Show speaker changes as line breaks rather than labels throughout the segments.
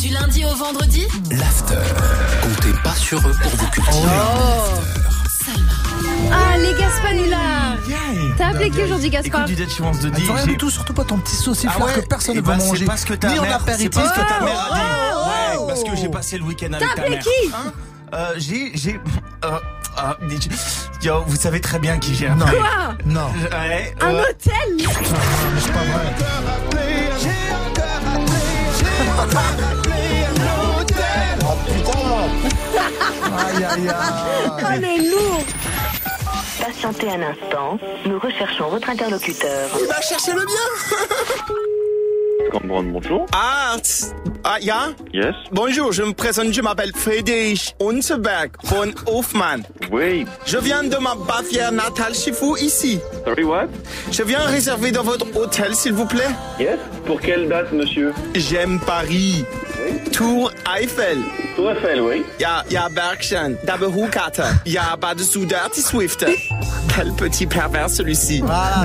Du lundi au vendredi
L'after. Comptez pas sur eux pour vous cultiver.
Ah, les Gaspanulars T'as appelé qui aujourd'hui, Gaspard
Écoute du Dead She Wants to Die,
Tu rien
j'ai-
du tout, surtout pas ton petit sauciflard
ouais,
que personne
eh
ne va
ben,
manger.
C'est pas ce que ta
Ni en
mère, c'est
apéritif.
pas ce que ta
Oh,
mère a dit.
oh, oh.
ouais, parce que j'ai passé le week-end avec ta
appelé
mère.
qui
Hein euh, J'ai, j'ai, euh, ah, j'ai- yo, vous savez très bien qui j'ai.
Non.
appelé.
Quoi
Non,
Ouais,
Un
euh,
hôtel
c'est pas vrai. Aïe, aïe, aïe.
Oh, le lourd
Patientez un instant, nous recherchons votre interlocuteur.
Cambronne, bonjour.
Ah, tss, ah, ja?
Yes.
Bonjour, je me présente, je m'appelle Friedrich Unseberg von Hofmann.
Wait.
Je viens de ma Bavière natale chez vous ici.
Sorry, what?
Je viens réserver dans votre hôtel, s'il vous plaît.
Yes. Pour quelle date, monsieur?
J'aime Paris. Tour Eiffel.
Tour Eiffel, oui.
Ja, ja, Bergchen. Dabehukate. Ja, Badesudati Swift. Quel petit pervers celui-ci.
Ah,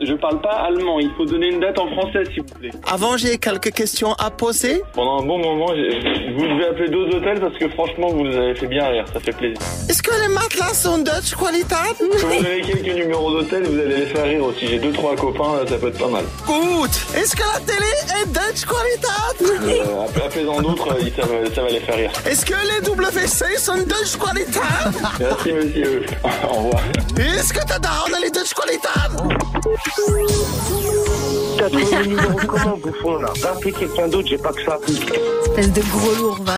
je parle pas allemand. Il faut donner une date en français, s'il vous plaît.
Avant, j'ai quelques questions à poser.
Pendant un bon moment, j'ai- vous devez appeler d'autres hôtels parce que franchement, vous nous avez fait bien rire. Ça fait plaisir.
Est-ce que les matelas sont Dutch qualité?
Je vais vous donner quelques numéros d'hôtels, vous allez les faire rire aussi. J'ai deux, trois copains, là, ça peut être pas mal.
Good. Est-ce que la télé est Dutch qualité?
Euh, appelez- Appelez-en d'autres, euh, ça va, ça va les faire rire.
Est-ce que les WC sont Dutch qualité?
Merci, monsieur. Au revoir.
Est-ce que t'as down les Dutch qualité?
T'as trouvé le numéro comment, bouffon, là Rappelez quelqu'un d'autre, j'ai pas que ça.
Espèce de gros lourd, va.